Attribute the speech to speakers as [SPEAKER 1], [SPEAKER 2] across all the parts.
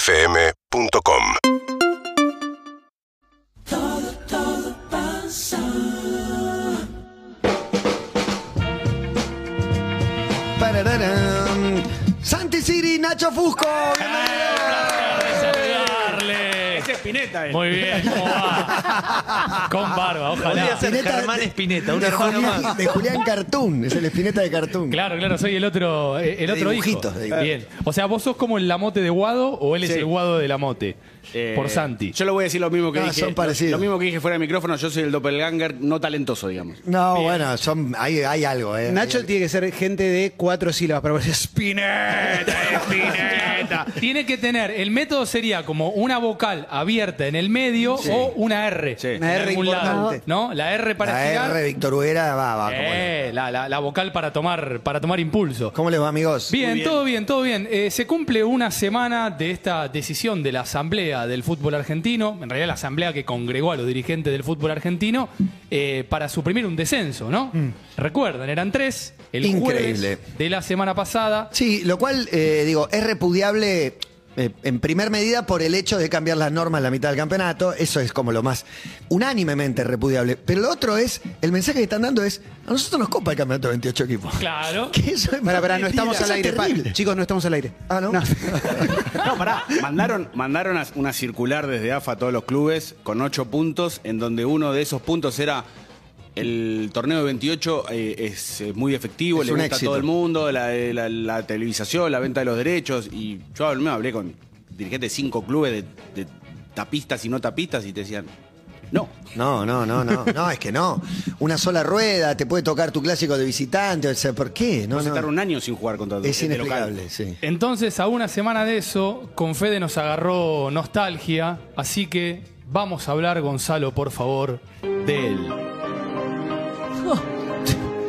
[SPEAKER 1] UrbanaPlayFM.com
[SPEAKER 2] Todo, todo pasa.
[SPEAKER 3] Parararán. Santi Siri, Nacho Fusco.
[SPEAKER 4] Eh, saludarle.
[SPEAKER 5] Es Espineta, eh.
[SPEAKER 4] Muy bien, ¿cómo va? Con barba, ojalá.
[SPEAKER 6] Podría ser
[SPEAKER 3] Spinetta
[SPEAKER 6] Germán
[SPEAKER 3] de-
[SPEAKER 6] Espineta, un
[SPEAKER 3] de
[SPEAKER 6] hermano
[SPEAKER 3] Julián,
[SPEAKER 6] más.
[SPEAKER 3] de Julián Cartoon, es el Espineta de Cartoon.
[SPEAKER 4] Claro, claro, soy el otro, eh, el
[SPEAKER 3] De
[SPEAKER 4] otro
[SPEAKER 3] dibujitos,
[SPEAKER 4] hijo.
[SPEAKER 3] de dibujitos.
[SPEAKER 4] Bien. O sea, vos sos como el lamote de Guado o él es
[SPEAKER 5] Sí.
[SPEAKER 4] el Guado de lamote.
[SPEAKER 5] Eh,
[SPEAKER 4] por Santi.
[SPEAKER 5] Yo le voy a decir lo mismo que
[SPEAKER 7] Ah,
[SPEAKER 3] No,
[SPEAKER 5] dije.
[SPEAKER 3] son parecidos.
[SPEAKER 5] Lo mismo que dije fuera de micrófono, yo soy el doppelganger no talentoso, digamos.
[SPEAKER 3] No, bueno, son, hay, hay algo, eh.
[SPEAKER 7] Nacho
[SPEAKER 3] Hay-
[SPEAKER 7] tiene que ser gente de cuatro sílabas para parecer Spinetta, Spinetta.
[SPEAKER 4] Tiene que tener, el método sería como una vocal abierta en el medio o una R.
[SPEAKER 5] Sí.
[SPEAKER 4] en
[SPEAKER 7] Una R
[SPEAKER 4] algún
[SPEAKER 7] importante.
[SPEAKER 4] ¿No? La R para
[SPEAKER 3] la
[SPEAKER 4] girar.
[SPEAKER 3] R Víctor Huguera va, va. ¿cómo, le-
[SPEAKER 4] Eh, la, la- la vocal para tomar, para tomar impulso.
[SPEAKER 3] cómo les va, amigos?
[SPEAKER 4] Bien, todo bien, todo bien. Eh, se cumple una semana de esta decisión de la Asamblea del Fútbol Argentino, en realidad la Asamblea que congregó a los dirigentes del fútbol argentino, eh, para suprimir un descenso, ¿no? Recuerdan, eran tres, el
[SPEAKER 3] Increíble.
[SPEAKER 4] jueves de la semana pasada.
[SPEAKER 3] Sí, lo cual, eh, digo, es repudiable eh, en primer medida por el hecho de cambiar las normas en la mitad del campeonato. Eso es como lo más unánimemente repudiable. Pero lo otro es, el mensaje que están dando es, a nosotros nos copa el campeonato de 28 equipos.
[SPEAKER 4] Claro.
[SPEAKER 3] Que eso es
[SPEAKER 7] Para, para, no estamos
[SPEAKER 3] Eso
[SPEAKER 7] al
[SPEAKER 3] es
[SPEAKER 7] aire. pa-
[SPEAKER 3] terrible.
[SPEAKER 7] Chicos, no estamos al aire.
[SPEAKER 3] Ah, ¿no?
[SPEAKER 5] No, pará. Mandaron, mandaron a- una circular desde AFA a todos los clubes con ocho puntos, en donde uno de esos puntos era el torneo de 28 eh, es eh, muy efectivo,
[SPEAKER 3] Es
[SPEAKER 5] le
[SPEAKER 3] un
[SPEAKER 5] gusta a
[SPEAKER 3] éxito.
[SPEAKER 5] todo el mundo, la, eh, la- la televisación, la venta de los derechos. Y yo hablé, me hablé con dirigentes de cinco clubes de, de tapistas y no tapistas y te decían, no.
[SPEAKER 3] No, no, no, no, no, es que no. Una sola rueda, te puede tocar tu clásico de visitante, o sea, ¿por qué? No,
[SPEAKER 5] Vamos a estar un
[SPEAKER 3] no.
[SPEAKER 5] año sin jugar contra
[SPEAKER 3] Es
[SPEAKER 5] de local.
[SPEAKER 3] inexplicable, sí.
[SPEAKER 4] Entonces, a una semana de eso, con Fede nos agarró nostalgia, así que vamos a hablar, Gonzalo, por favor, de él.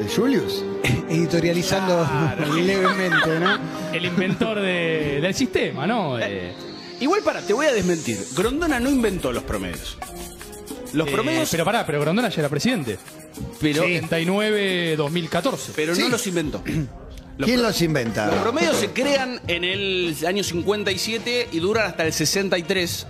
[SPEAKER 3] ¿De Julius?
[SPEAKER 7] Editorializando levemente, ¿no?
[SPEAKER 4] El inventor de- del sistema, ¿no? Eh,
[SPEAKER 5] Igual para, te voy a desmentir. Grondona no inventó los promedios. Los
[SPEAKER 4] eh,
[SPEAKER 5] promedios,
[SPEAKER 4] Pero pará, pero Grondona ya era presidente.
[SPEAKER 5] pero,
[SPEAKER 4] 89 2014
[SPEAKER 5] pero no
[SPEAKER 3] Sí.
[SPEAKER 5] los inventó. Los
[SPEAKER 3] ¿Quién
[SPEAKER 5] pro-
[SPEAKER 3] los
[SPEAKER 5] los
[SPEAKER 3] inventa?
[SPEAKER 5] promedios se crean en el año 57 y duran hasta el 63.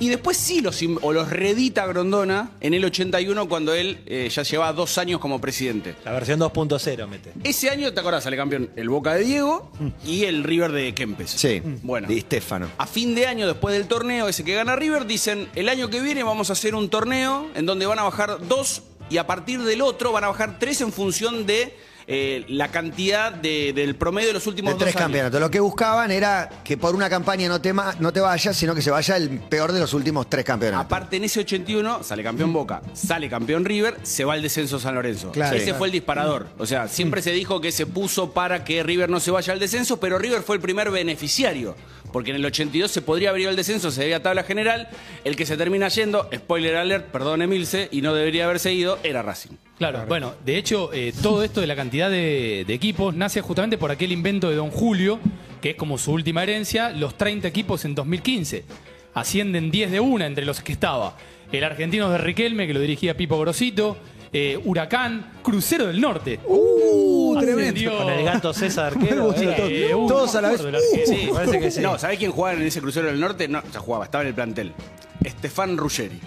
[SPEAKER 5] Y después sí los, in- o los reedita Grondona en el 81 cuando él eh, ya llevaba dos años como presidente.
[SPEAKER 6] La versión 2.0, mete.
[SPEAKER 5] Ese año, ¿te acordás? Sale campeón el Boca de Diego y el River de Kempes.
[SPEAKER 3] Sí,
[SPEAKER 5] Bueno.
[SPEAKER 3] Di Stefano.
[SPEAKER 5] A fin de año, después del torneo ese que gana River, dicen, el año que viene vamos a hacer un torneo en donde van a bajar dos y a partir del otro van a bajar tres en función de eh, la cantidad de- del promedio de los últimos
[SPEAKER 3] De tres
[SPEAKER 5] dos años.
[SPEAKER 3] campeonatos. Lo que buscaban era que por una campaña no te, ma- no te vayas, sino que se vaya el peor de los últimos tres campeonatos.
[SPEAKER 5] Aparte, en ese 81 sale campeón Boca, sale campeón River, se va al descenso San Lorenzo.
[SPEAKER 7] Claro.
[SPEAKER 5] ese
[SPEAKER 7] Claro.
[SPEAKER 5] fue el disparador. O sea, siempre se dijo que se puso para que River no se vaya al descenso, pero River fue el primer beneficiario. Porque en el 82 se podría haber ido al descenso, se debía tabla general. El que se termina yendo, spoiler alert, perdón Emilce, y no debería haberse ido, era Racing.
[SPEAKER 4] Claro, bueno, de hecho, eh, todo esto de la cantidad de, de equipos nace justamente por aquel invento de Don Julio, que es como su última herencia, los 30 equipos en 2015. Ascienden 10 de una entre los que estaba. El argentino de Riquelme, que lo dirigía Pipo Grosito, eh, Huracán, Crucero del Norte. ¡Uh! Tremendo.
[SPEAKER 6] Con el gato César arquero. eh.
[SPEAKER 4] todos a la vez.
[SPEAKER 5] Sí.
[SPEAKER 6] parece que sí.
[SPEAKER 5] No, ¿sabés quién jugaba en ese crucero del norte? No, ya jugaba, estaba en el plantel. Estefan Ruggeri.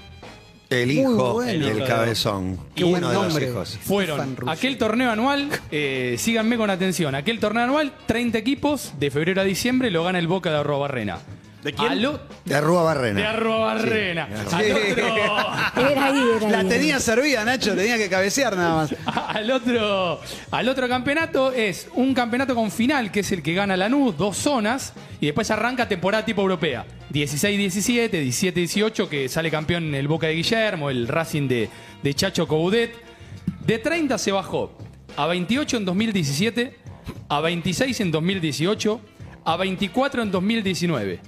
[SPEAKER 3] El hijo
[SPEAKER 7] bueno.
[SPEAKER 3] del cabezón.
[SPEAKER 7] Qué
[SPEAKER 3] uno
[SPEAKER 7] buen
[SPEAKER 3] de los
[SPEAKER 7] nombre.
[SPEAKER 3] hijos.
[SPEAKER 4] Fueron
[SPEAKER 7] Fan Russo.
[SPEAKER 4] aquel torneo anual, eh, síganme con atención, aquel torneo anual, 30 equipos, de febrero a diciembre lo gana el Boca de Arrobarrena.
[SPEAKER 5] ¿De quién?
[SPEAKER 4] Al o-
[SPEAKER 3] De Rúa Barrena.
[SPEAKER 4] de Arrobarrena. Al, otro,
[SPEAKER 8] Era ahí, era
[SPEAKER 7] La
[SPEAKER 8] ahí.
[SPEAKER 7] tenía servida, Nacho, tenía que cabecear nada más.
[SPEAKER 4] al, otro, al otro campeonato es un campeonato con final, que es el que gana Lanús, dos zonas, y después arranca temporada tipo europea. 16-17, 17-18, que sale campeón el Boca de Guillermo, el Racing de, de Chacho Coudet. De 30 se bajó a 28 en 2017, a 26 en 2018, a 24 en 2019.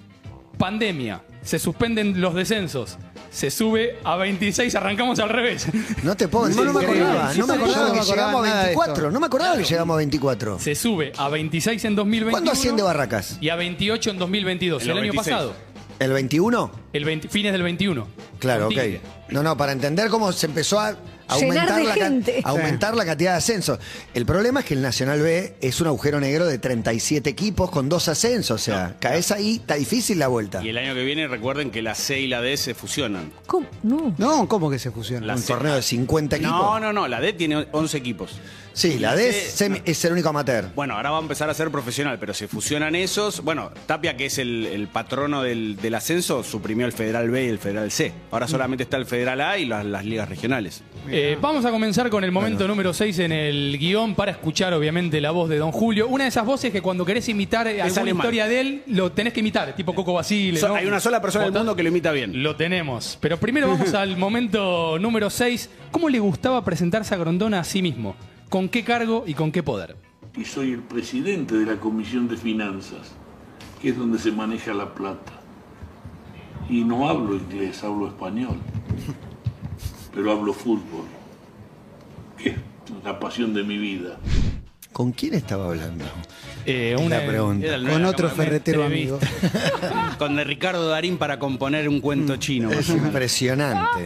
[SPEAKER 4] Pandemia, se suspenden los descensos, se sube a 26, arrancamos al revés.
[SPEAKER 3] No te puedo decir. No, me
[SPEAKER 7] increíble.
[SPEAKER 3] acordaba. No me
[SPEAKER 7] Yo
[SPEAKER 3] acordaba
[SPEAKER 7] no me acordaba
[SPEAKER 3] que llegamos a
[SPEAKER 7] nada de esto.
[SPEAKER 3] 24. No me acordaba que llegamos a 24.
[SPEAKER 4] Se sube a 26 en 2021.
[SPEAKER 3] ¿Cuándo asciende Barracas?
[SPEAKER 4] Y a 28 en 2022,
[SPEAKER 5] En
[SPEAKER 4] el
[SPEAKER 5] los
[SPEAKER 4] año
[SPEAKER 5] 26.
[SPEAKER 4] pasado,
[SPEAKER 3] ¿El 21?
[SPEAKER 4] el 20 fines del 21.
[SPEAKER 3] Claro,
[SPEAKER 4] Con
[SPEAKER 3] ok.
[SPEAKER 4] Tigre.
[SPEAKER 3] No, no, para entender cómo se empezó a
[SPEAKER 8] Llenar de
[SPEAKER 3] la, ca-
[SPEAKER 8] gente.
[SPEAKER 3] aumentar la cantidad de ascensos. El problema es que el Nacional B es un agujero negro de 37 equipos con dos ascensos. O sea, caes ahí, está difícil la vuelta.
[SPEAKER 5] Y el año que viene recuerden que la C y la D se fusionan.
[SPEAKER 8] ¿Cómo? No.
[SPEAKER 7] No, ¿cómo que se fusionan?
[SPEAKER 5] La
[SPEAKER 3] Un
[SPEAKER 5] C-
[SPEAKER 3] torneo de 50 equipos.
[SPEAKER 5] No, no, no, la D tiene 11 equipos.
[SPEAKER 3] Sí,
[SPEAKER 5] Y
[SPEAKER 3] la D
[SPEAKER 5] C-
[SPEAKER 3] es, semi- es el único amateur.
[SPEAKER 5] Bueno, ahora va a empezar a ser profesional, pero se fusionan esos. Bueno, Tapia, que es el, el patrono del, del ascenso, suprimió el Federal B y el Federal C.
[SPEAKER 3] Mm.
[SPEAKER 5] Ahora solamente está el Federal A y las, las ligas regionales.
[SPEAKER 4] Eh, vamos a comenzar con el momento número 6 en el guión para escuchar, obviamente, la voz de Don Julio. Una de esas voces que cuando querés imitar eh, alguna
[SPEAKER 5] sale mal.
[SPEAKER 4] historia de él, lo tenés que imitar, tipo Coco Basile.
[SPEAKER 5] So-
[SPEAKER 4] ¿no?
[SPEAKER 5] hay una sola persona en el
[SPEAKER 4] Botá-
[SPEAKER 5] mundo que lo imita bien.
[SPEAKER 4] Lo tenemos. Pero primero vamos al momento número 6. ¿Cómo le gustaba presentarse a Grondona a sí mismo? ¿Con qué cargo y con qué poder?
[SPEAKER 9] y soy el presidente de la Comisión de Finanzas, que es donde se maneja la plata. Y no hablo inglés, hablo español, pero hablo fútbol, que es la pasión de mi vida.
[SPEAKER 3] ¿Con quién estaba hablando?
[SPEAKER 4] Eh,
[SPEAKER 3] Es la pregunta.
[SPEAKER 5] Era el-
[SPEAKER 7] Con
[SPEAKER 5] era
[SPEAKER 7] otro
[SPEAKER 5] como-
[SPEAKER 7] ferretero
[SPEAKER 4] entrevista.
[SPEAKER 7] amigo.
[SPEAKER 5] Con de Ricardo Darín para componer un cuento chino.
[SPEAKER 3] Mm. Es impresionante.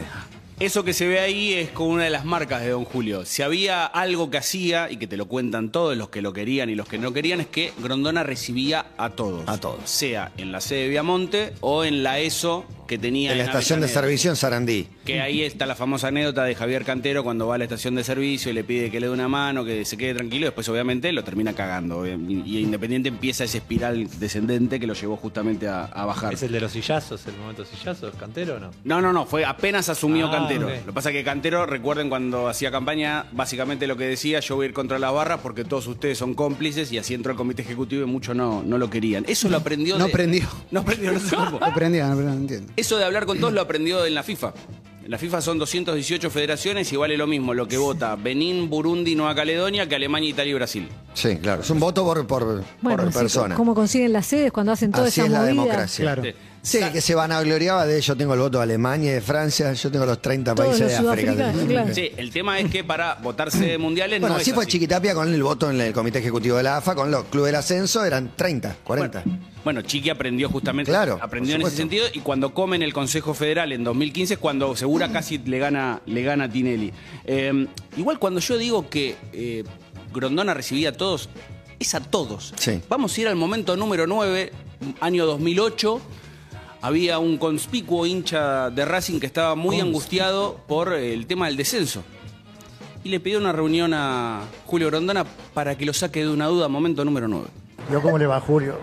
[SPEAKER 5] Eso que se ve ahí es como una de las marcas de Don Julio. Si había algo que hacía, y que te lo cuentan todos los que lo querían y los que no querían, es que Grondona recibía a todos.
[SPEAKER 3] A todos.
[SPEAKER 5] Sea en la sede de Viamonte o en la ESO que tenía.
[SPEAKER 3] En la estación de
[SPEAKER 5] Avellaneda.
[SPEAKER 3] servicio en Sarandí.
[SPEAKER 5] Que ahí está la famosa anécdota de Javier Cantero cuando va a la estación de servicio y le pide que le dé una mano, que se quede tranquilo, y después obviamente lo termina cagando. eh, Y Independiente empieza esa espiral descendente que lo llevó justamente a, a bajar.
[SPEAKER 6] ¿Es el de los sillazos, el momento sillazos, cantero o no?
[SPEAKER 5] No, no, no, fue apenas asumió
[SPEAKER 6] Ah,
[SPEAKER 5] Cantero.
[SPEAKER 6] ok.
[SPEAKER 5] Lo que pasa es que Cantero, recuerden cuando hacía campaña, básicamente lo que decía, yo voy a ir contra la barra porque todos ustedes son cómplices y así entró el comité ejecutivo y muchos no, no lo querían. Eso lo aprendió
[SPEAKER 7] No
[SPEAKER 5] de-
[SPEAKER 7] aprendió.
[SPEAKER 5] No aprendió, no se supo.
[SPEAKER 7] Aprendí, no, no entiendo.
[SPEAKER 5] Eso de hablar con todos lo aprendió en la FIFA. En la FIFA son 218 federaciones y vale lo mismo lo que vota Benín, Burundi, Nueva Caledonia que Alemania, Italia y Brasil.
[SPEAKER 3] Sí, claro. Es un voto por, por,
[SPEAKER 8] Bueno,
[SPEAKER 3] por
[SPEAKER 8] sí,
[SPEAKER 3] persona.
[SPEAKER 8] ¿Cómo consiguen las sedes cuando hacen toda
[SPEAKER 3] Así
[SPEAKER 8] esa
[SPEAKER 3] es la
[SPEAKER 8] movida?
[SPEAKER 3] democracia.
[SPEAKER 7] Claro.
[SPEAKER 3] Sí, el que se vanagloriaba de yo tengo el voto de Alemania, de Francia, yo tengo los 30
[SPEAKER 8] Todos
[SPEAKER 3] países
[SPEAKER 8] los
[SPEAKER 3] de África.
[SPEAKER 8] sudafricanos, claro.
[SPEAKER 5] Sí, el tema es que para votarse mundiales
[SPEAKER 3] Bueno,
[SPEAKER 5] no
[SPEAKER 3] así
[SPEAKER 5] es
[SPEAKER 3] fue Chiquitapia con el voto en el comité ejecutivo de la AFA, con los clubes del ascenso eran 30, 40.
[SPEAKER 5] Bueno, bueno, Chiqui aprendió justamente,
[SPEAKER 3] Claro,
[SPEAKER 5] aprendió
[SPEAKER 3] por
[SPEAKER 5] en ese
[SPEAKER 3] supuesto.
[SPEAKER 5] sentido y cuando come en el Consejo Federal en 2015 es cuando Segura casi le gana, le gana a Tinelli. Eh, igual cuando yo digo que eh, Grondona recibía a todos, es a todos.
[SPEAKER 3] Sí.
[SPEAKER 5] Vamos a ir al momento número 9, año 2008. Había un conspicuo hincha de Racing que estaba muy angustiado por el tema del descenso. Y le pidió una reunión a Julio Grondona para que lo saque de una duda, momento número 9.
[SPEAKER 10] Yo, ¿cómo le va, Julio?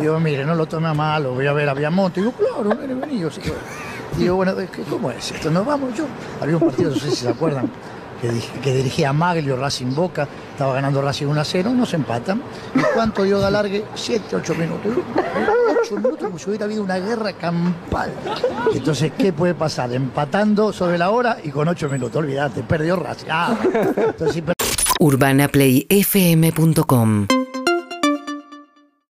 [SPEAKER 10] Y yo, mire, no lo tome a mal, lo voy a ver a Viamonte. Y yo, claro, mire, vení. Yo, sí, yo. Y yo, bueno, es que, ¿cómo es esto? Nos vamos, yo. Había un partido, no sé si se acuerdan, que, dije- que dirigía Maglio, Racing Boca, estaba ganando Racing 1 a 0, nos empatan. ¿Y cuánto dio de alargue? 7, 8 minutos. 8 minutos como si hubiera habido una guerra campal. Entonces, ¿qué puede pasar? Empatando sobre la hora y con 8 minutos, olvídate, perdió Racing. Ah, entonces, sí,
[SPEAKER 11] urbanaplayfm.com